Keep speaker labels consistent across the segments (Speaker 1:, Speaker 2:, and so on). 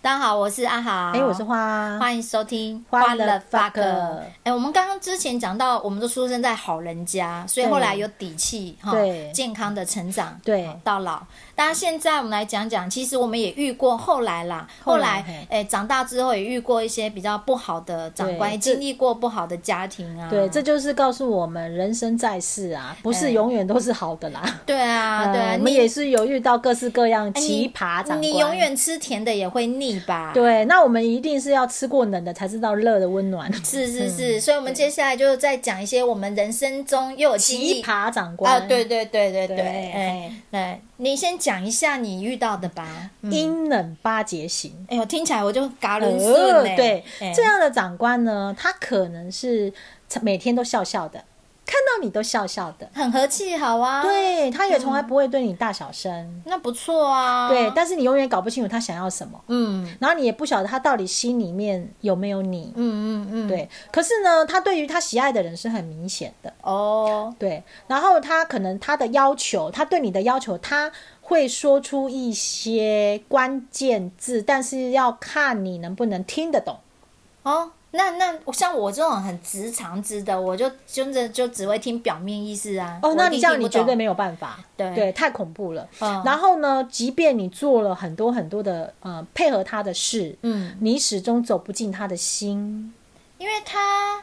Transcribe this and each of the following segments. Speaker 1: 大家好，我是阿豪，
Speaker 2: 哎、我是花，
Speaker 1: 欢迎收听《
Speaker 2: 欢乐
Speaker 1: fuck
Speaker 2: fuck
Speaker 1: 哎，我们刚刚之前讲到，我们都出生在好人家，所以
Speaker 2: 对
Speaker 1: 后来有底气哈
Speaker 2: 对，
Speaker 1: 健康的成长，
Speaker 2: 对
Speaker 1: 哦到老。但现在我们来讲讲，其实我们也遇过后来啦，后
Speaker 2: 后来
Speaker 1: 来哎长大之后也遇过一些比较不好的长官，
Speaker 2: 对
Speaker 1: 也
Speaker 2: 这
Speaker 1: 经历过不好的家庭啊，
Speaker 2: 对，这就是告诉我们，人生在世啊，不
Speaker 1: 哎
Speaker 2: 是永远都是好的啦。
Speaker 1: 对 啊，对啊，
Speaker 2: 呃我
Speaker 1: 你
Speaker 2: 们也是有遇到各式各样
Speaker 1: 哎你
Speaker 2: 奇葩长官。
Speaker 1: 你永远吃甜的也会腻吧？
Speaker 2: 对，那我们一定是要吃过冷的，才知道热的温暖。
Speaker 1: 是是
Speaker 2: 嗯
Speaker 1: 是，所以我们接下来就再讲一些我们人生中又有经
Speaker 2: 奇
Speaker 1: 历
Speaker 2: 葩长官
Speaker 1: 啊，对对对对对，
Speaker 2: 对
Speaker 1: 哎，来，你先讲一下你遇到的吧。嗯
Speaker 2: 阴冷八节型。
Speaker 1: 哎呦，听起来我就嘎伦
Speaker 2: 呃
Speaker 1: 顺呢。
Speaker 2: 对，
Speaker 1: 哎
Speaker 2: 这样的长官呢，他可能是每天都笑笑的，看到你都笑笑的，
Speaker 1: 很和气，好啊。，
Speaker 2: 对，他也从来不会对你大小声，
Speaker 1: 那不错啊。
Speaker 2: 对，，但是你永远搞不清楚他想要什么，
Speaker 1: 嗯
Speaker 2: 然后你也不晓得他到底心里面有没有你，
Speaker 1: 嗯嗯嗯，，
Speaker 2: 对。可是呢，他对于他喜爱的人是很明显的，
Speaker 1: 哦，
Speaker 2: 对。然后他可能他的要求，他对你的要求，他会说出一些关键字，但是要看你能不能听得懂。
Speaker 1: 哦，那那像我这种很直肠子的，我就真的就只会听表面意思啊。
Speaker 2: 哦，
Speaker 1: 我
Speaker 2: 那
Speaker 1: 一定
Speaker 2: 你这样
Speaker 1: 听
Speaker 2: 你
Speaker 1: 不
Speaker 2: 绝
Speaker 1: 懂
Speaker 2: 对没有办法，
Speaker 1: 对
Speaker 2: 太恐怖了。
Speaker 1: 嗯
Speaker 2: 然后呢，即便你做了很多很多的呃配合他的事，
Speaker 1: 嗯，
Speaker 2: 你始终走不进他的心。
Speaker 1: 因为他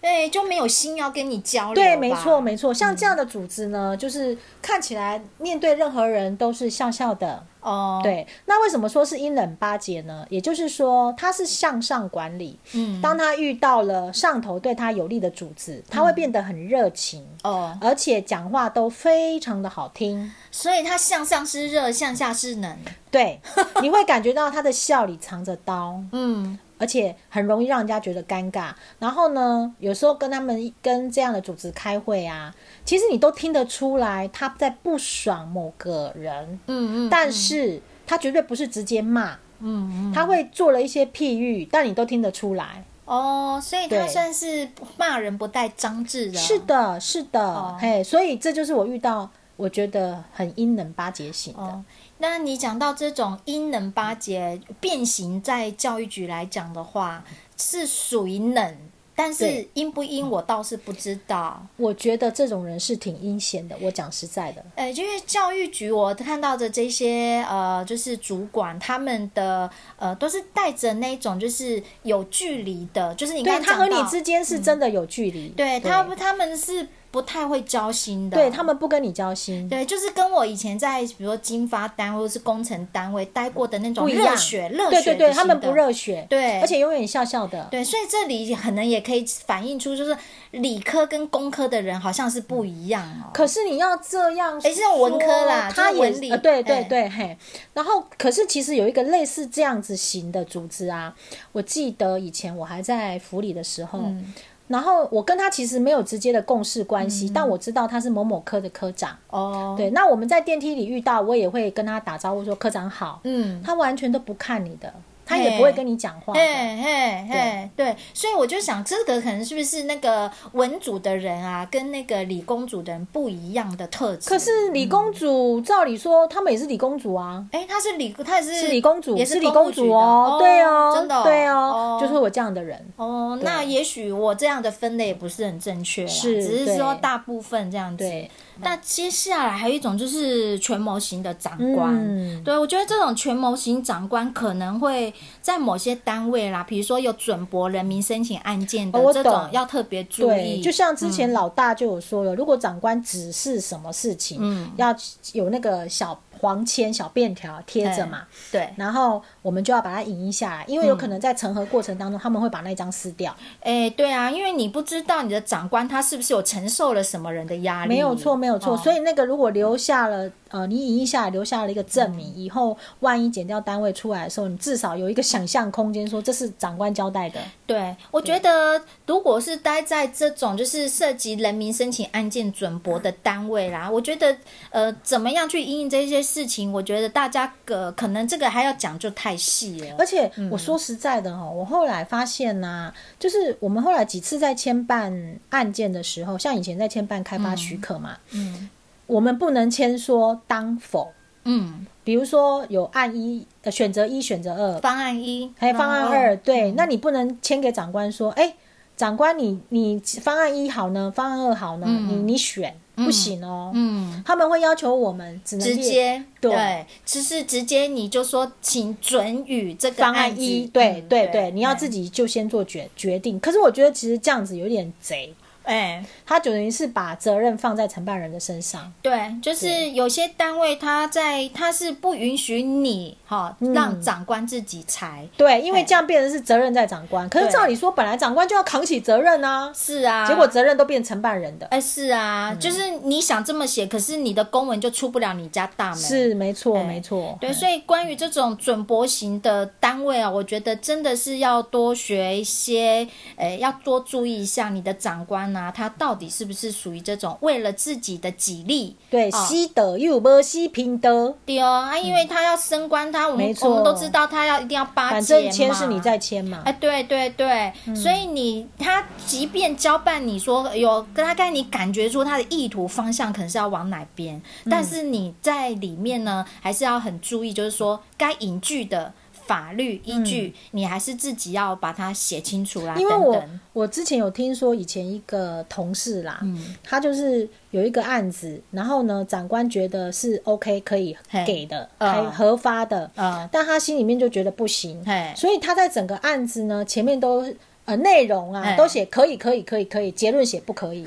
Speaker 1: 对就没有嗯心要跟你交流。啊
Speaker 2: 对，没错，。没错。像这样的组织呢，就是看起来面对任何人都是笑笑的。
Speaker 1: 哦，，
Speaker 2: 对，那为什么说是阴冷巴结呢？也就是说，他是向上管理。
Speaker 1: 嗯，
Speaker 2: 当他遇到了上头对他有利的组织，他会变得很热情，
Speaker 1: 哦，
Speaker 2: 而且讲话都非常的好 听。
Speaker 1: 所以他向上是热，向下是冷。
Speaker 2: 对，你会感觉到他的笑里藏着刀，
Speaker 1: 嗯，
Speaker 2: 而且很容易让人家觉得尴尬。然后呢，有时候跟他们跟这样的组织开会啊，其实你都听得出来他在不爽某个人，
Speaker 1: 嗯嗯，
Speaker 2: 但是他绝对不是直接骂，
Speaker 1: 嗯嗯
Speaker 2: 他会做了一些譬喻，但你都听得出来。
Speaker 1: 哦，所以他
Speaker 2: 对
Speaker 1: 算是骂人不带脏字的，啊
Speaker 2: 是的，是的，
Speaker 1: 哦
Speaker 2: 嘿，所以这就是我遇到我觉得很阴冷巴结型的。
Speaker 1: 哦。那你讲到这种阴冷巴结变形，在教育局来讲的话，是属于冷，但是
Speaker 2: 对
Speaker 1: 阴不阴我倒是不知道。
Speaker 2: 我觉得这种人是挺阴险的。我讲实在的，
Speaker 1: 呃，因为教育局我看到的这些呃，就是主管他们的呃，都是带着那种就是有距离的，就是你
Speaker 2: 对
Speaker 1: 看
Speaker 2: 他和你之间是真的有距离，
Speaker 1: 嗯对他们他们是不太会交心的，
Speaker 2: 对他们不跟你交心，
Speaker 1: 对，就是跟我以前在比如说经发单位或是工程单位待过的那种
Speaker 2: 不一样
Speaker 1: 热血，热血
Speaker 2: 对对对，
Speaker 1: 的
Speaker 2: 他们
Speaker 1: 型的
Speaker 2: 不，热血，
Speaker 1: 对
Speaker 2: 而且永远笑笑的，
Speaker 1: 对，所以这里可能也可以反映出，就是理科跟工科的人好像是不一样哦。
Speaker 2: 可是你要这样说，
Speaker 1: 哎诶是那种文科啦
Speaker 2: 他
Speaker 1: 就是
Speaker 2: 也
Speaker 1: 文理
Speaker 2: 呃对
Speaker 1: 哎
Speaker 2: 对对、嘿。然后，可是其实有一个类似这样子型的组织啊，我记得以前我还在府里的时候，
Speaker 1: 嗯
Speaker 2: 然后我跟他其实没有直接的共事关系，但我知道他是某某科的科长。
Speaker 1: 哦，，
Speaker 2: 对，那我们在电梯里遇到，我也会跟他打招呼说科长好，
Speaker 1: 嗯，
Speaker 2: 他完全都不看你的，他
Speaker 1: 嘿
Speaker 2: 也不会跟你讲话的。
Speaker 1: 嘿嘿嘿，对，所以我就想，这个可能是不是那个文组的人啊，跟那个理工组的人不一样的特质？
Speaker 2: 可是李公主，照理说他们也是李公主啊，
Speaker 1: 诶，他是理，他也是
Speaker 2: 是李公主，
Speaker 1: 也是
Speaker 2: 李
Speaker 1: 公
Speaker 2: 公
Speaker 1: 务局
Speaker 2: 主
Speaker 1: 的
Speaker 2: 哦，对哦，
Speaker 1: 真的、
Speaker 2: 对哦，就是我这样的人。
Speaker 1: 哦，
Speaker 2: 对啊
Speaker 1: 那也许我这样的分类也不是很正确啦，
Speaker 2: 是
Speaker 1: 只是说
Speaker 2: 对
Speaker 1: 大部分这样子。
Speaker 2: 对，
Speaker 1: 那接下来还有一种就是权谋型的长官，
Speaker 2: 嗯
Speaker 1: 对我觉得这种权谋型长官可能会在某些单位啦，比如说有准驳人民申请案件的、
Speaker 2: 哦我
Speaker 1: 这
Speaker 2: 懂
Speaker 1: 种，要特别注
Speaker 2: 对，
Speaker 1: 意。嗯
Speaker 2: 就像之前老大就有说了，如果长官指示什么事情，
Speaker 1: 嗯
Speaker 2: 要有那个小黄签、小便条贴着嘛，
Speaker 1: 哎对，嗯
Speaker 2: 然后我们就要把它影印下来，因为有可能在成盒过程当中，他们会把那张撕掉，
Speaker 1: 哎，对啊，因为你不知道你的长官他是不是有承受了什么人的压力，
Speaker 2: 没有错，没有错。
Speaker 1: 哦
Speaker 2: 所以那个如果留下了，呃，你影印下来留下了一个证明，以后万一减掉单位出来的时候，你至少有一个想象空间，说这是长官交代的。
Speaker 1: 对，我觉得如果是待在这种就是涉及人民申请案件准驳的单位啦，我觉得呃，怎么样去应应这些事情，我觉得大家呃，可能这个还要讲就太细了。
Speaker 2: 而且我说实在的哈、哦我后来发现呐、就是我们后来几次在签办案件的时候，像以前在签办开发许可嘛，
Speaker 1: 嗯
Speaker 2: 我们不能签说当否，
Speaker 1: 嗯，
Speaker 2: 比如说有按一、呃、选择一、选择二，
Speaker 1: 方案一，
Speaker 2: 还有哎方案二，
Speaker 1: 然后嗯
Speaker 2: 对，那你不能签给长官说，哎、长官你你方案一好呢，方案二好呢，你你选不行哦，
Speaker 1: 嗯，
Speaker 2: 他们会要求我们只能
Speaker 1: 直
Speaker 2: 列
Speaker 1: 接
Speaker 2: 对
Speaker 1: 对，其实直接你就说请准予这个
Speaker 2: 方
Speaker 1: 案
Speaker 2: 案一，
Speaker 1: 子
Speaker 2: 对
Speaker 1: 嗯
Speaker 2: 对对，你要自
Speaker 1: 己
Speaker 2: 己就先做决决定。可是我觉得其实这样子有点贼，
Speaker 1: 哎。
Speaker 2: 他等于是把责任放在承办人的身上。
Speaker 1: 对，就是有些单位他在他是不允许你哈、
Speaker 2: 嗯
Speaker 1: 让长官自己裁，
Speaker 2: 对，因为
Speaker 1: 哎
Speaker 2: 这样变成是责任在长官。可是
Speaker 1: 对
Speaker 2: 照理说，本来长官就要扛起责任啊，
Speaker 1: 是啊，
Speaker 2: 结果嗯责任都变承办人的，
Speaker 1: 哎是啊，就是你想这么写，可是你的公文就出不了你家大门，
Speaker 2: 是嗯没错
Speaker 1: 哎
Speaker 2: 没错。
Speaker 1: 对，所以关于这种准博型的单位啊，我觉得真的是要多学一些，呃，要多注意一下你的长官啊，他到底是不是属于这种为了自己的己利。
Speaker 2: 对，
Speaker 1: 哦
Speaker 2: 西德又没西平德，
Speaker 1: 对哦，啊，因为他要升官，他我
Speaker 2: 嗯没
Speaker 1: 们
Speaker 2: 错
Speaker 1: 我们都知道，他要一定要巴结
Speaker 2: 反正签
Speaker 1: 嘛
Speaker 2: 是你在签嘛
Speaker 1: 哎，。对对对，所以你他即便交办你说有大概你感觉出他的意图方向可能是要往哪边，但是你在里面呢还是要很注意，就是说该隐据的法律依据，你还是自己要把它写清楚啦，
Speaker 2: 因为
Speaker 1: 等
Speaker 2: 我
Speaker 1: 等。
Speaker 2: 我之前有听说以前一个同事啦，
Speaker 1: 嗯
Speaker 2: 他就是有一个案子，然后呢，长官觉得是 OK 可以
Speaker 1: 嘿
Speaker 2: 给的，
Speaker 1: 嗯
Speaker 2: 还核发的，
Speaker 1: 嗯
Speaker 2: 但他心里面就觉得不行，
Speaker 1: 嘿
Speaker 2: 所以他在整个案子呢前面都呃内容啊
Speaker 1: 嘿
Speaker 2: 都写可以可以可以可以，结论写不可 以。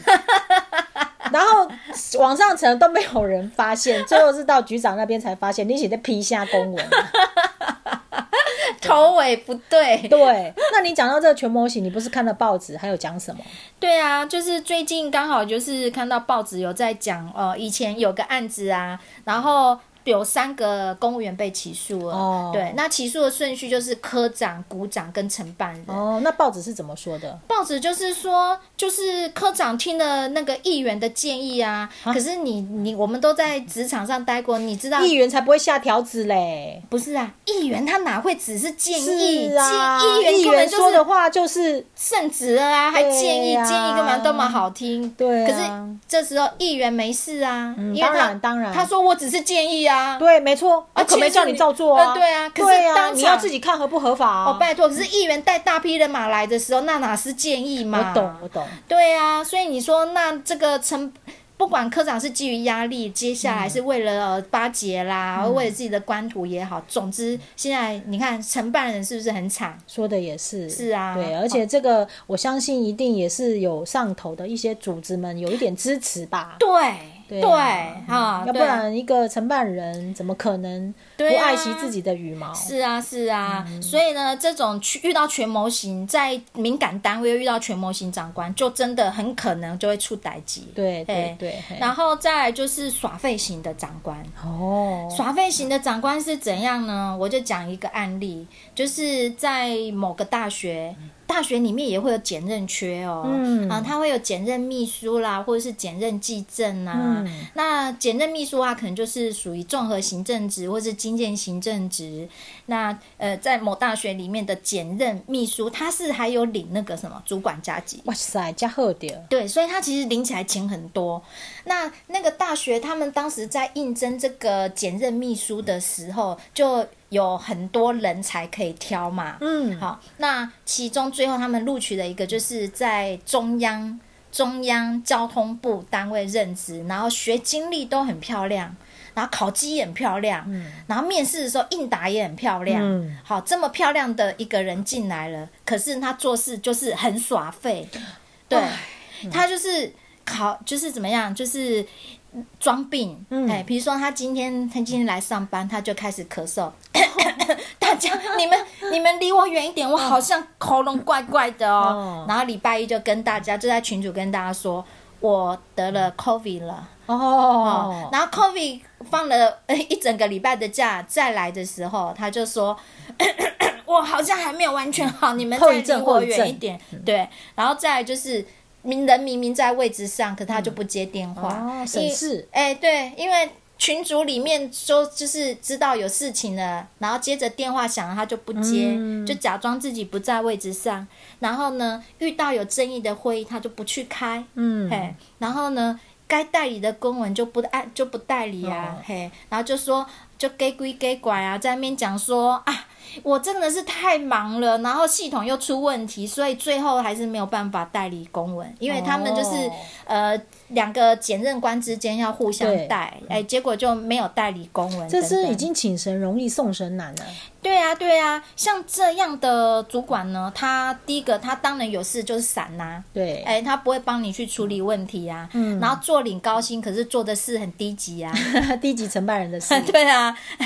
Speaker 2: 然后往上层都没有人发现，最后是到局长那边才发现，你写在批下公文啊、
Speaker 1: 头尾不 对，
Speaker 2: 对，那你讲到这个全模型，你不是看了报纸还有讲什么？
Speaker 1: 对啊，就是最近刚好就是看到报纸有在讲，呃，以前有个案子啊，然后有三个公务员被起诉了，
Speaker 2: 哦
Speaker 1: 对，那起诉的顺序就是科长、股长跟承办人。
Speaker 2: 哦，那报纸是怎么说的？
Speaker 1: 报纸就是说，就是科长听了那个议员的建议啊，可是你你我们都在职场上待过，你知道
Speaker 2: 议员才不会下条子嘞。
Speaker 1: 不是啊？议员他哪会只是建议？
Speaker 2: 是啊，
Speaker 1: 建议员
Speaker 2: 议
Speaker 1: 根本
Speaker 2: 员
Speaker 1: 就
Speaker 2: 说
Speaker 1: 是
Speaker 2: 的话就是
Speaker 1: 圣旨了啊，还建议、
Speaker 2: 对啊
Speaker 1: 建议干嘛都蛮好听。
Speaker 2: 对啊
Speaker 1: 可是这时候议员没事啊，
Speaker 2: 嗯
Speaker 1: 因为他
Speaker 2: 当然当然
Speaker 1: 他说我只是建议啊，
Speaker 2: 对，没错，
Speaker 1: 啊
Speaker 2: 我可没
Speaker 1: 其实
Speaker 2: 叫你照做
Speaker 1: 呃
Speaker 2: 啊。
Speaker 1: 对啊可是
Speaker 2: 对啊，
Speaker 1: 当
Speaker 2: 你要
Speaker 1: 场
Speaker 2: 自己看合不合法啊。
Speaker 1: 哦，拜托，可是议员带大批人马来的时候，那哪是建议嘛？
Speaker 2: 我懂，我。懂。
Speaker 1: 对啊，所以你说那这个成。不管科长是基于压力，接下来是为了呃巴结
Speaker 2: 嗯
Speaker 1: 啦，为了自己的官途也好，总之现在你看承办人是不是很惨？
Speaker 2: 说的也是，
Speaker 1: 是啊
Speaker 2: 对，而且这个我相信一定也是有上头的一些组织们有一点支持吧，
Speaker 1: 对
Speaker 2: 对
Speaker 1: 对
Speaker 2: 啊
Speaker 1: 哈，
Speaker 2: 要不
Speaker 1: 对
Speaker 2: 然一个承办人怎么可能不
Speaker 1: 对啊
Speaker 2: 爱惜自己的羽毛？
Speaker 1: 是啊，是啊，所以呢，这种去遇到全模型，在敏感单位遇到全模型长官，就真的很可能就会出歹疾。
Speaker 2: 对对
Speaker 1: 嘿
Speaker 2: 对，嘿
Speaker 1: 然后再来就是耍废型的长官，
Speaker 2: 哦，
Speaker 1: 耍废型的长官是怎样呢？我就讲一个案例，就是在某个大学，大学里面也会有检任缺哦，
Speaker 2: 嗯
Speaker 1: 啊，他会有检任秘书啦，或者是检任技正啊。
Speaker 2: 嗯
Speaker 1: 那检任秘书啊，可能就是属于综合行政职或是经建行政职。那呃，在某大学里面的检任秘书，他是还有领那个什么主管加级。
Speaker 2: 哇塞，加厚点，
Speaker 1: 对，所以他其实领起来钱很多。那那个大学他们当时在应征这个兼任秘书的时候，就有很多人才可以挑嘛。
Speaker 2: 嗯，
Speaker 1: 好，那其中最后他们录取了一个，就是在中央中央交通部单位任职，然后学经历都很漂亮，然后考绩也很漂亮，然后面试的时候应答也很漂亮。
Speaker 2: 嗯
Speaker 1: 好，这么漂亮的一个人进来了，可是他做事就是很耍废，对
Speaker 2: 唉，嗯
Speaker 1: 他就是考就是怎么样，就是。装病，
Speaker 2: 嗯
Speaker 1: 哎、比如说他今天他今天来上班，他就开始咳嗽，大家， 你们你们离我远一点，我好像喉咙怪怪的哦
Speaker 2: 嗯。
Speaker 1: 然后礼拜一就跟大家就在群主跟大家说，我得了 COVID 了。哦
Speaker 2: 嗯哦，，
Speaker 1: 然后 COVID 放了呃一整个礼拜的假，再来的时候他就说， 我好像还没有完全好，你们
Speaker 2: 嗯后
Speaker 1: 再
Speaker 2: 遗症
Speaker 1: 离我
Speaker 2: 后遗症嗯
Speaker 1: 远一点。对，然后再来就是。明人明明在位置上，可他就不接电话，
Speaker 2: 哦
Speaker 1: 因
Speaker 2: 省事
Speaker 1: 哎、对，因为群组里面说就是知道有事情了，然后接着电话响了，他就不接，
Speaker 2: 嗯
Speaker 1: 就假装自己不在位置上。然后呢，遇到有争议的会议，他就不去开。
Speaker 2: 嗯，
Speaker 1: 嘿，然后呢，该代理的公文就不按就不代理啊，
Speaker 2: 哦
Speaker 1: 嘿，然后就说就给归给拐啊，在那边讲说啊，我真的是太忙了，然后系统又出问题，所以最后还是没有办法代理公文，因为他们就是、
Speaker 2: 哦
Speaker 1: 呃两个检任官之间要互相
Speaker 2: 对
Speaker 1: 带，哎，结果就没有代理公文等
Speaker 2: 这
Speaker 1: 等，
Speaker 2: 是已经请神容易送神难了。
Speaker 1: 对啊，对啊，像这样的主管呢，他第一个他当然有事就是闪呐、
Speaker 2: 对，
Speaker 1: 哎、他不会帮你去处理问题啊，
Speaker 2: 嗯
Speaker 1: 然后做领高薪，可是做的事很低级 啊，。
Speaker 2: 低级承办人 的事
Speaker 1: 对啊，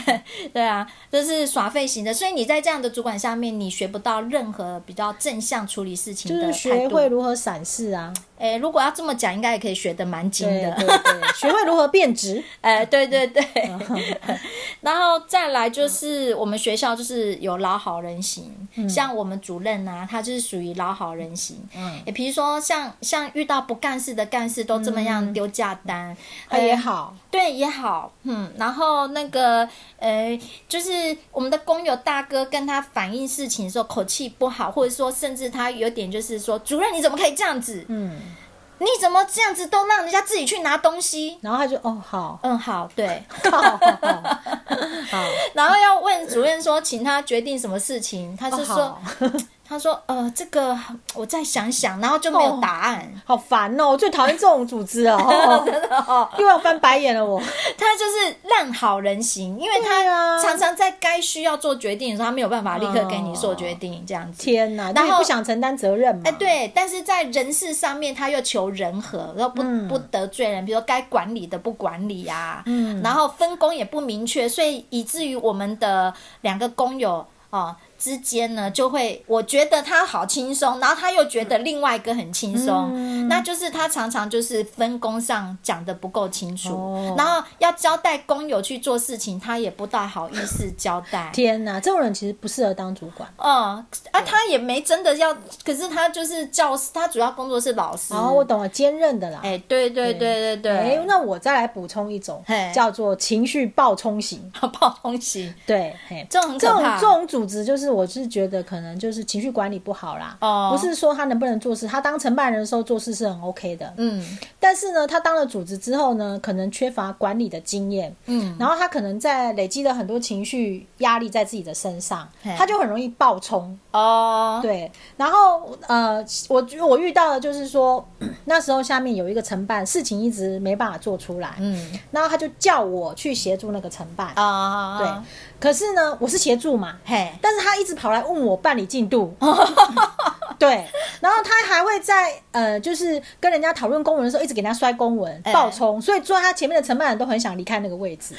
Speaker 1: 对啊，这是耍废型的，所以你在这样的主管下面，你学不到任何比较正向处理事情
Speaker 2: 就
Speaker 1: 的
Speaker 2: 是
Speaker 1: 态
Speaker 2: 学
Speaker 1: 度。
Speaker 2: 会如何闪示啊，
Speaker 1: 哎、如果要这么讲，应该也可以学得蛮精
Speaker 2: 对
Speaker 1: 的。
Speaker 2: 对对， 学会如何变 直，
Speaker 1: 哎，对对对，
Speaker 2: 嗯
Speaker 1: 然后再来就是我们学校就是有老好人型，像我们主任啊，他就是属于老好人型。
Speaker 2: 嗯
Speaker 1: 也比如说像像遇到不干事的干事都这么样丢假单，
Speaker 2: 他嗯哎也
Speaker 1: 呃
Speaker 2: 好，
Speaker 1: 对也好，嗯，然后那个呃，就是我们的工友大哥跟他反映事情的时候口气不好，或者说甚至他有点就是说，主任你怎么可以这样子？
Speaker 2: 嗯，
Speaker 1: 你怎么这样子都让人家自己去拿东西？
Speaker 2: 然后他就哦 好，
Speaker 1: 嗯，好，对。
Speaker 2: 好好好，好
Speaker 1: 然后要问主任说，请他决定什么事情，他就
Speaker 2: 哦
Speaker 1: 说，
Speaker 2: 好
Speaker 1: 他说，呃，这个我再想想，然后就没有答案。
Speaker 2: 好烦哦，我最讨厌这种组织了， 哦又要翻白眼了我，
Speaker 1: 他就是烂好人型，因为
Speaker 2: 对啊
Speaker 1: 他常常在该需要做决定的时候，他没有办法立刻给你做决定，这样子。
Speaker 2: 天哪，
Speaker 1: 然
Speaker 2: 那
Speaker 1: 后
Speaker 2: 你不想承担责任嘛？
Speaker 1: 哎，，对，但是在人事上面，他又求人和，然后不、
Speaker 2: 嗯
Speaker 1: 不得罪人，比如说该管理的不管理啊，
Speaker 2: 嗯
Speaker 1: 然后分工也不明确，所以以至于我们的两个工友哦之间呢，就会我觉得他好轻松，然后他又觉得另外一个很轻松，
Speaker 2: 嗯
Speaker 1: 那就是他常常就是分工上讲的不够清楚，
Speaker 2: 哦
Speaker 1: 然后要交代工友去做事情，他也不大好意思交 代。
Speaker 2: 天哪，这种人其实不适合当主管。
Speaker 1: 嗯，啊，他也没真的要，可是他就是教师，他主要工作是老师。
Speaker 2: 哦，我懂了，兼任的啦。
Speaker 1: 哎、对对对对
Speaker 2: 哎、
Speaker 1: 对，
Speaker 2: 那我再来补充一种
Speaker 1: 嘿，
Speaker 2: 叫做情绪暴冲型。
Speaker 1: 暴风型
Speaker 2: 对，嘿
Speaker 1: 这种很
Speaker 2: 这
Speaker 1: 可
Speaker 2: 种
Speaker 1: 怕
Speaker 2: 这种组织，就是我是觉得可能就是情绪管理不好啦。
Speaker 1: 哦
Speaker 2: 不是说他能不能做事，他当承办人的时候做事是很 OK 的。
Speaker 1: 嗯
Speaker 2: 但是呢，他当了组织之后呢，可能缺乏管理的经验，
Speaker 1: 嗯，
Speaker 2: 然后他可能在累积了很多情绪压力在自己的身上
Speaker 1: 嘿，
Speaker 2: 他就很容易暴冲。
Speaker 1: 哦，
Speaker 2: 对，然后呃，我我遇到的就是说，那时候下面有一个承办，事情一直没办法做出来，
Speaker 1: 嗯
Speaker 2: 然后他就叫我去协助那个承办。
Speaker 1: 啊，
Speaker 2: 对，可是呢，我是协助嘛，
Speaker 1: 嘿，
Speaker 2: 但是他一直跑来问我办理进度。
Speaker 1: 哦
Speaker 2: 对，然后他还会在呃，就是跟人家讨论公文的时候，一直给人家摔公文、
Speaker 1: 哎
Speaker 2: 爆冲，所以坐在他前面的承办人都很想离开那个位置。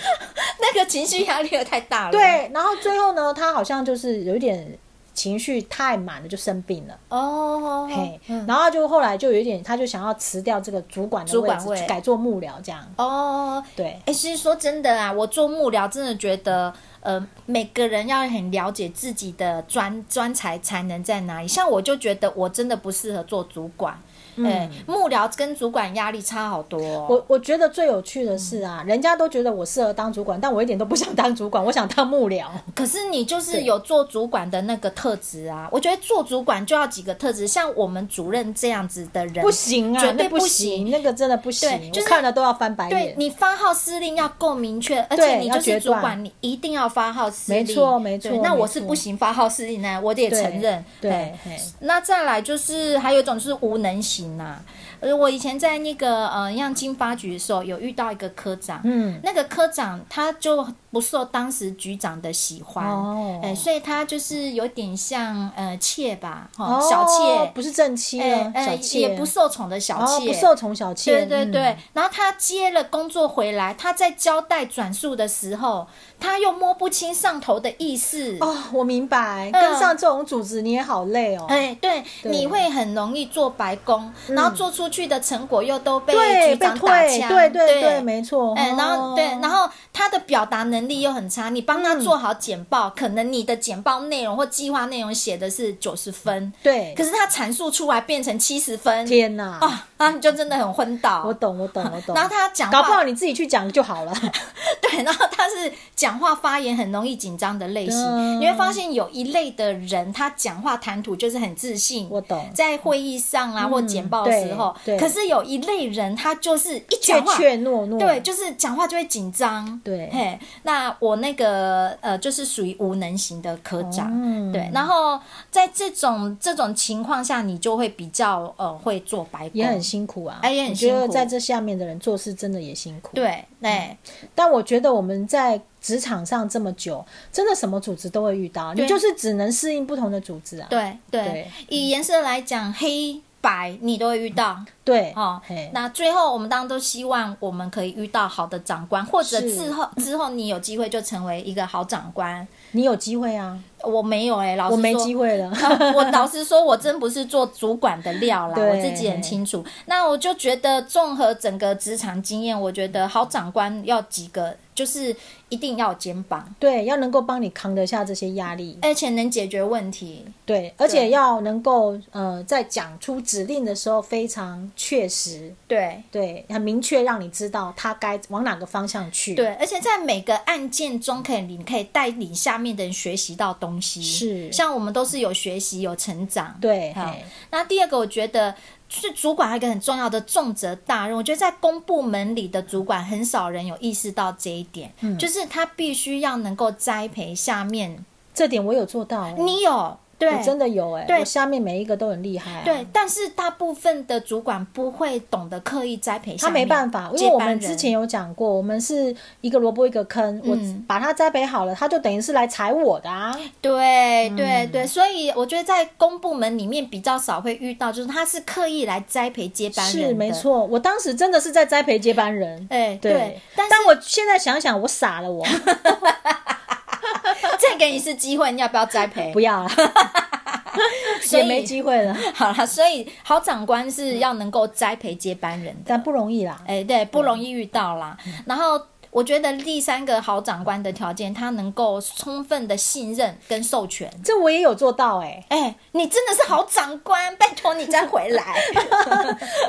Speaker 1: 那个情绪压力也太大了。，
Speaker 2: 对，然后最后呢，他好像就是有一点情绪太满了，就生病了。
Speaker 1: 哦，
Speaker 2: 嘿，
Speaker 1: 嗯
Speaker 2: 然后就后来就有一点，他就想要辞掉这个主管的
Speaker 1: 主
Speaker 2: 位
Speaker 1: 管
Speaker 2: 置，
Speaker 1: 位
Speaker 2: 去改做幕僚这样。
Speaker 1: 哦，
Speaker 2: 对，
Speaker 1: 哎、其实说真的啊，我做幕僚真的觉得，呃，每个人要很了解自己的专专才才能在哪里。像我就觉得我真的不适合做主管，
Speaker 2: 嗯
Speaker 1: 哎、幕僚跟主管压力差好多、哦。
Speaker 2: 我我觉得最有趣的是
Speaker 1: 嗯
Speaker 2: 啊，人家都觉得我适合当主管，但我一点都不想当主管，我想当 幕僚。
Speaker 1: 可是你就是有做主管的那个特质啊，我觉得做主管就要几个特质，像我们主任这样子的人，
Speaker 2: 不行啊，
Speaker 1: 绝对
Speaker 2: 那不
Speaker 1: 不
Speaker 2: 行，那个真的不
Speaker 1: 对
Speaker 2: 行，
Speaker 1: 就是
Speaker 2: 我看了都要翻白
Speaker 1: 对
Speaker 2: 眼。
Speaker 1: 你发号施令要够明确，而且
Speaker 2: 对
Speaker 1: 你
Speaker 2: 要
Speaker 1: 就是
Speaker 2: 决
Speaker 1: 主管，
Speaker 2: 断
Speaker 1: 你一定要发号施令。
Speaker 2: 没错没
Speaker 1: 对
Speaker 2: 错
Speaker 1: 那
Speaker 2: 没
Speaker 1: 我是
Speaker 2: 错
Speaker 1: 不行发号施令呢，我也
Speaker 2: 对
Speaker 1: 承认。
Speaker 2: 对
Speaker 1: 哎
Speaker 2: 嘿
Speaker 1: 那再来就是还有一种就是无能型呐、呃，我以前在那个呃，像经发局的时候，有遇到一个科长，
Speaker 2: 嗯，
Speaker 1: 那个科长他就不受当时局长的喜欢，
Speaker 2: 哦
Speaker 1: 哎，所以他就是有点像呃妾吧，哈、
Speaker 2: 哦
Speaker 1: 小妾，
Speaker 2: 不是正妻
Speaker 1: 哎
Speaker 2: 了，
Speaker 1: 哎
Speaker 2: 小妾
Speaker 1: 也不受宠的小
Speaker 2: 哦
Speaker 1: 妾，
Speaker 2: 不受宠小妾，
Speaker 1: 对对
Speaker 2: 嗯
Speaker 1: 对，，然后他接了工作回来，他在交代转述的时候，他又摸不清上头的意思。
Speaker 2: 哦，我明白，
Speaker 1: 嗯
Speaker 2: 跟上这种组织你也好累哦。
Speaker 1: 哎，对，
Speaker 2: 对嗯
Speaker 1: 你会很容易做白工，然后做出去的成果又都被
Speaker 2: 对，
Speaker 1: 局
Speaker 2: 被
Speaker 1: 长
Speaker 2: 退
Speaker 1: 打，枪，
Speaker 2: 对对对，没错。
Speaker 1: 哎，然后
Speaker 2: 哦
Speaker 1: 对，然后他的表达能力又很差，你帮他
Speaker 2: 嗯
Speaker 1: 做好简报，可能你的简报内容或计划内容写的是九十分，
Speaker 2: 对
Speaker 1: 可，是他阐述出来变成七十分，
Speaker 2: 天哪，
Speaker 1: 啊，那你就真的很昏倒。
Speaker 2: 我懂，我懂，我
Speaker 1: 哦嗯
Speaker 2: 懂。
Speaker 1: 然后他讲话
Speaker 2: 搞不好你自己去讲就好了。
Speaker 1: 对，然后他是讲话发言很容易紧张的类型，
Speaker 2: 嗯
Speaker 1: 你会发现有一类的人，他讲话谈吐就是很自信。
Speaker 2: 我懂嗯
Speaker 1: 在会议上啊，或简简报的时候，
Speaker 2: 对对
Speaker 1: 可是有一类人他就是一
Speaker 2: 怯
Speaker 1: 讲话，
Speaker 2: 怯懦懦，
Speaker 1: 对，就是讲话就会紧张。
Speaker 2: 对
Speaker 1: 嘿，那我那个呃，就是属于无能型的科长。
Speaker 2: 嗯
Speaker 1: 对，然后在这种这种情况下，你就会比较呃会做白工，
Speaker 2: 也很辛苦啊，
Speaker 1: 哎也很
Speaker 2: 我觉
Speaker 1: 辛
Speaker 2: 得
Speaker 1: 苦
Speaker 2: 在这下面的人做事真的也辛苦。，
Speaker 1: 对哎对
Speaker 2: 但我觉得我们在职场上这么久，真的什么组织都会遇到，
Speaker 1: 对
Speaker 2: 你就是只能适应不同的组织啊。
Speaker 1: 对对
Speaker 2: 对。
Speaker 1: 以颜色来讲，黑白你都会遇到
Speaker 2: 对，
Speaker 1: 哦
Speaker 2: 嗯嘿。
Speaker 1: 那最后我们当然都希望我们可以遇到好的长官，或者
Speaker 2: 是
Speaker 1: 之 后之后你有机会就成为一个好长官。
Speaker 2: 你有机会啊，
Speaker 1: 我没有哎、老师
Speaker 2: 我没机会了。
Speaker 1: 啊 我老实说，我真不是做主管的料啦，
Speaker 2: 对
Speaker 1: 我自己很清楚。那我就觉得，综合整个职场经验，我觉得好长官要几个，就是一定要有肩膀，
Speaker 2: 对，要能够帮你扛得下这些压力，
Speaker 1: 而且能解决问题。
Speaker 2: 对，而且要能够呃，在讲出指令的时候非常确实，
Speaker 1: 对
Speaker 2: 对，很明确让你知道他该往哪个方向去。，
Speaker 1: 对，而且在每个案件中，可以你可以带领下面的人学习到东西。
Speaker 2: 是
Speaker 1: 像我们都是有学习有成长。
Speaker 2: 对，
Speaker 1: 好
Speaker 2: 嘿
Speaker 1: 那第二个，我觉得是主管还有一个很重要的重责大任。我觉得在公部门里的主管很少人有意识到这一点，
Speaker 2: 嗯
Speaker 1: 就是他必须要能够栽培下面。
Speaker 2: 这点我有做到、哦，
Speaker 1: 你有对
Speaker 2: 我真的有哎、
Speaker 1: 对
Speaker 2: 我下面每一个都很厉害、啊，
Speaker 1: 对，，但是大部分的主管不会懂得刻意栽培下
Speaker 2: 他没
Speaker 1: 面
Speaker 2: 办法，因
Speaker 1: 接
Speaker 2: 为我
Speaker 1: 班
Speaker 2: 们
Speaker 1: 人
Speaker 2: 之前有讲过，我们是一个萝卜一个坑，
Speaker 1: 嗯
Speaker 2: 我把它栽培好了，他就等于是来踩我的啊。
Speaker 1: 对
Speaker 2: 嗯
Speaker 1: 对对，所以我觉得在公部门里面比较少会遇到，就是他是刻意来栽培接班人的，
Speaker 2: 是没。错，我当时真的是在栽培接班人。
Speaker 1: 哎，
Speaker 2: 对
Speaker 1: 对，，但是
Speaker 2: 但我现在想想，我傻 了我，
Speaker 1: 再给你一次机会，你要不要栽培？
Speaker 2: 不要 了，
Speaker 1: 所以
Speaker 2: 也没机会了，
Speaker 1: 好 啦，所以好长官是要能够栽培接班人的，
Speaker 2: 但不容易啦。
Speaker 1: 哎、对，不容易遇到啦。
Speaker 2: 嗯
Speaker 1: 然后我觉得第三个好长官的条件，他能够充分的信任跟授权。
Speaker 2: 这我也有做到哎、
Speaker 1: 哎、你真的是好长官，拜托你再回 来。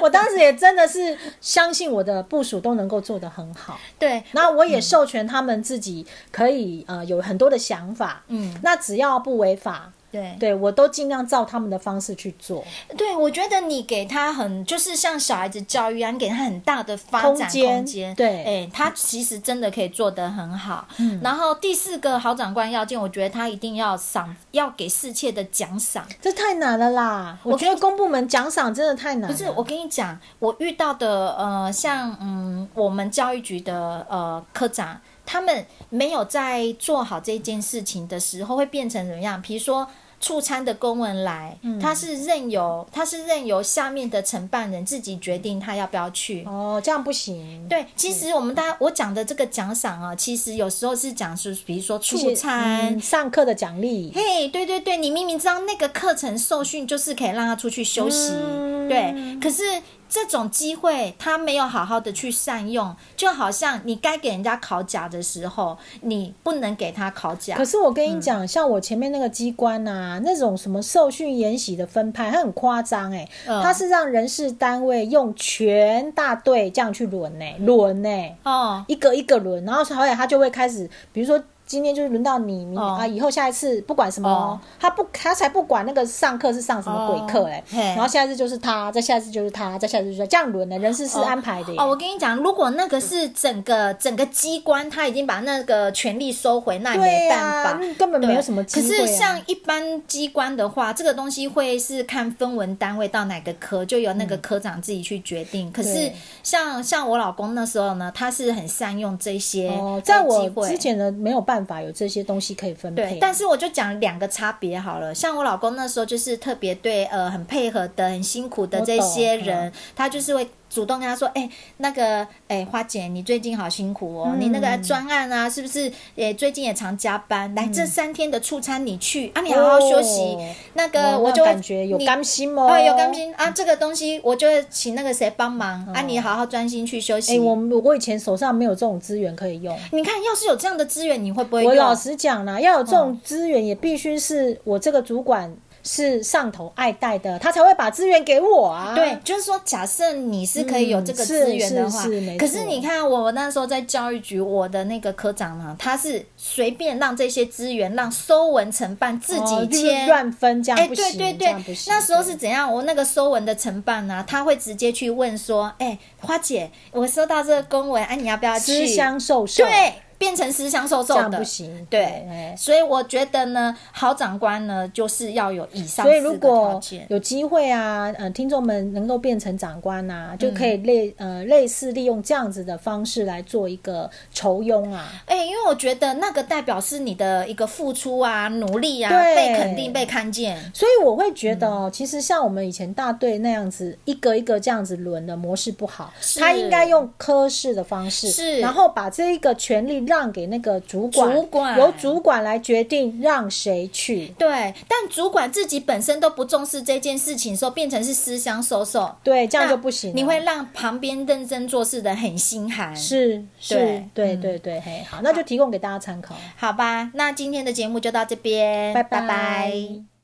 Speaker 2: 我当时也真的是相信我的部署都能够做得很好。
Speaker 1: 对，
Speaker 2: 那我
Speaker 1: 嗯
Speaker 2: 也授权他们自己可以呃有很多的想法，
Speaker 1: 嗯，
Speaker 2: 那只要不违法，
Speaker 1: 对，
Speaker 2: 对我都尽量照他们的方式去做，
Speaker 1: 对，我觉得你给他很，就是像小孩子教育啊，你给他很大的发
Speaker 2: 空
Speaker 1: 展
Speaker 2: 间对
Speaker 1: 哎、他其实真的可以做得很好。嗯，然后第四个好长官要件，我觉得他一定要赏，要给世切的奖赏。
Speaker 2: 这太难了啦！我觉得公部门奖赏真的太难了，
Speaker 1: 不是，我跟你讲，我遇到的呃，像嗯，我们教育局的呃科长，他们没有在做好这件事情的时候，会变成怎么样？比如说。促参的公文来，
Speaker 2: 嗯
Speaker 1: 他是任由他是任由下面的承办人自己决定他要不要去。
Speaker 2: 哦，这样不行，
Speaker 1: 对，其实我们大家我讲的这个奖赏啊，其实有时候是讲是比如说
Speaker 2: 一
Speaker 1: 促
Speaker 2: 些
Speaker 1: 参，
Speaker 2: 嗯上课的奖励，
Speaker 1: 嘿对对对，你明明知道那个课程受训就是可以让他出去休息，
Speaker 2: 嗯
Speaker 1: 对，可是这种机会他没有好好的去善用，就好像你该给人家考假的时候，你不能给他考假
Speaker 2: 可。是我
Speaker 1: 嗯
Speaker 2: 跟你讲，像我前面那个机关呐、那种什么受训研习的分派，它很夸张哎，
Speaker 1: 嗯
Speaker 2: 它是让人事单位用全大队这样去轮呢、欸轮呢、
Speaker 1: 哦，
Speaker 2: 一个一个轮，然后后来他就会开始，比如说。今天就是轮到你，明
Speaker 1: 哦
Speaker 2: 啊，以后下一次不管什么，
Speaker 1: 哦
Speaker 2: 他不他才不管那个上课是上什么鬼课嘞、欸
Speaker 1: 哦嘿
Speaker 2: 然后下一次就是他，再下一次就是他，再下一次就是他这样轮的、欸人事是安排的耶、欸
Speaker 1: 哦，我跟你讲，如果那个是整个整个机关他已经把那个权力收回，那也
Speaker 2: 对啊
Speaker 1: 没
Speaker 2: 呀、
Speaker 1: 办法。
Speaker 2: 那根本没有
Speaker 1: 对
Speaker 2: 什么机
Speaker 1: 可
Speaker 2: 会、啊。
Speaker 1: 是像一般机关的话，这个东西会是看分文单位到哪个科，就由那个科长自己去决定。可是
Speaker 2: 嗯对
Speaker 1: 像像我老公那时候呢，他是很善用这些
Speaker 2: 哦，在我
Speaker 1: 机会
Speaker 2: 之。前的没有办法有这些东西可以分
Speaker 1: 对
Speaker 2: 配，，
Speaker 1: 但是我就讲两个差别好了。像我老公那时候就是特别对呃很配合的、很辛苦的
Speaker 2: 我
Speaker 1: 这
Speaker 2: 懂
Speaker 1: 些
Speaker 2: 嗯
Speaker 1: 人，他就是会主动跟他说：“哎、那个哎、花姐，你最近好辛苦哦，你那个专案
Speaker 2: 嗯
Speaker 1: 啊，是不是也最近也常加班？来、这三天的出餐你去啊，你好好休息。
Speaker 2: 哦
Speaker 1: 那
Speaker 2: 哦
Speaker 1: 个我
Speaker 2: 那
Speaker 1: 就会
Speaker 2: 感觉有
Speaker 1: 你
Speaker 2: 甘心哦，
Speaker 1: 哦，有甘。心啊，这个东西我就会请那个谁帮忙、啊，你好好专心去休息。
Speaker 2: 哦哎，我我以前手上没有这种资源可以用。
Speaker 1: 你看，要是有这样的资源，你会不会
Speaker 2: 我
Speaker 1: 用？
Speaker 2: 老实讲啦，要有这种资源，也必须是我这个主管是上头爱戴的，他才会把资源给我啊。
Speaker 1: 对，就是说，假设你是可以有这个资源的话，
Speaker 2: 嗯是是是没
Speaker 1: 可
Speaker 2: 错
Speaker 1: 是你看，我那时候在教育局，我的那个科长呢，他是随便让这些资源让收文承办自己
Speaker 2: 哦就是
Speaker 1: 签。
Speaker 2: 乱分这样
Speaker 1: 哎，
Speaker 2: 不
Speaker 1: 对
Speaker 2: 行，
Speaker 1: 对
Speaker 2: 这
Speaker 1: 对
Speaker 2: 样不，行
Speaker 1: 那时候是怎样？我那个收文的承办呢、他会直接去问说：“哎，花姐，我收到这个公文，哎、你要不要去
Speaker 2: 私？”相授受，
Speaker 1: 对，变成私相授
Speaker 2: 这
Speaker 1: 受
Speaker 2: 样
Speaker 1: 的
Speaker 2: 不。行。
Speaker 1: 对
Speaker 2: 哎，
Speaker 1: 所以我觉得呢，好长官呢，就是要有以上
Speaker 2: 所以
Speaker 1: 四
Speaker 2: 如
Speaker 1: 个条
Speaker 2: 果
Speaker 1: 件。
Speaker 2: 有机会啊，呃，听众们能够变成长官呐、
Speaker 1: 嗯
Speaker 2: 就可以类呃类似利用这样子的方式来做一个酬庸啊。
Speaker 1: 哎、因为我觉得那个代表是你的一个付出啊、努力啊，
Speaker 2: 对
Speaker 1: 被肯定、被看见。
Speaker 2: 所以我会觉得
Speaker 1: 嗯
Speaker 2: 哦，其实像我们以前大队那样子，一个一个这样子轮的模式不好，他应该用科室的方式，
Speaker 1: 是
Speaker 2: 然后把这一个权利让给那个主管，
Speaker 1: 主管
Speaker 2: 由主管来决定让谁去。
Speaker 1: 对，但主管自己本身都不重视这件事情的时候，变成是私相授受，
Speaker 2: 对，这样
Speaker 1: 那
Speaker 2: 就不行了。
Speaker 1: 你会让旁边认真做事的很心寒。
Speaker 2: 是是，
Speaker 1: 对嗯
Speaker 2: 对对对，嘿，好，那就提供给大家参考，
Speaker 1: 好吧，那今天的节目就到这边，
Speaker 2: 拜
Speaker 1: 拜拜
Speaker 2: 拜